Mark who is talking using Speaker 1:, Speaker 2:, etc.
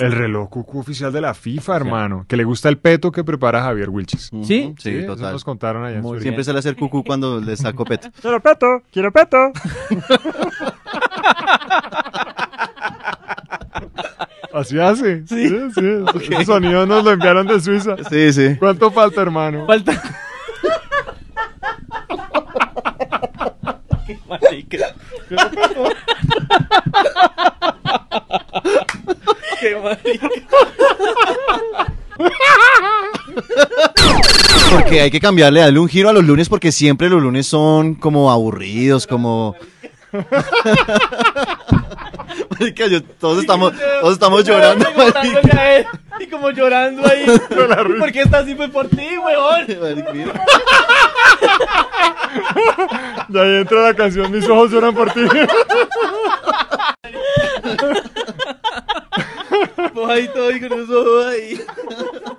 Speaker 1: El reloj cucú oficial de la FIFA, hermano. Que le gusta el peto que prepara Javier Wilches.
Speaker 2: ¿Sí?
Speaker 3: Mm, Sí,
Speaker 1: eso
Speaker 3: total.
Speaker 1: nos contaron allá en
Speaker 3: Muy-
Speaker 1: Zurich.
Speaker 3: Siempre sale a hacer cucú cuando le saco peto.
Speaker 4: Quiero peto, quiero peto.
Speaker 1: Así hace. Sí. sí, Ese sonido nos lo enviaron de Suiza.
Speaker 3: Sí, sí.
Speaker 1: ¿Cuánto falta, hermano?
Speaker 2: Falta. Qué marica. Qué marica.
Speaker 3: Porque hay que cambiarle, darle un giro a los lunes porque siempre los lunes son como aburridos, como... Marica, yo- todos estamos, todos estamos llorando, marica.
Speaker 2: preguntándole a él, Y como llorando ahí. ¿Por qué estás así? Fue por ti, weón.
Speaker 3: Marica, mira.
Speaker 1: Y ahí entra la canción Mis ojos lloran por ti.
Speaker 2: Vos ahí todo y con los ojos ahí.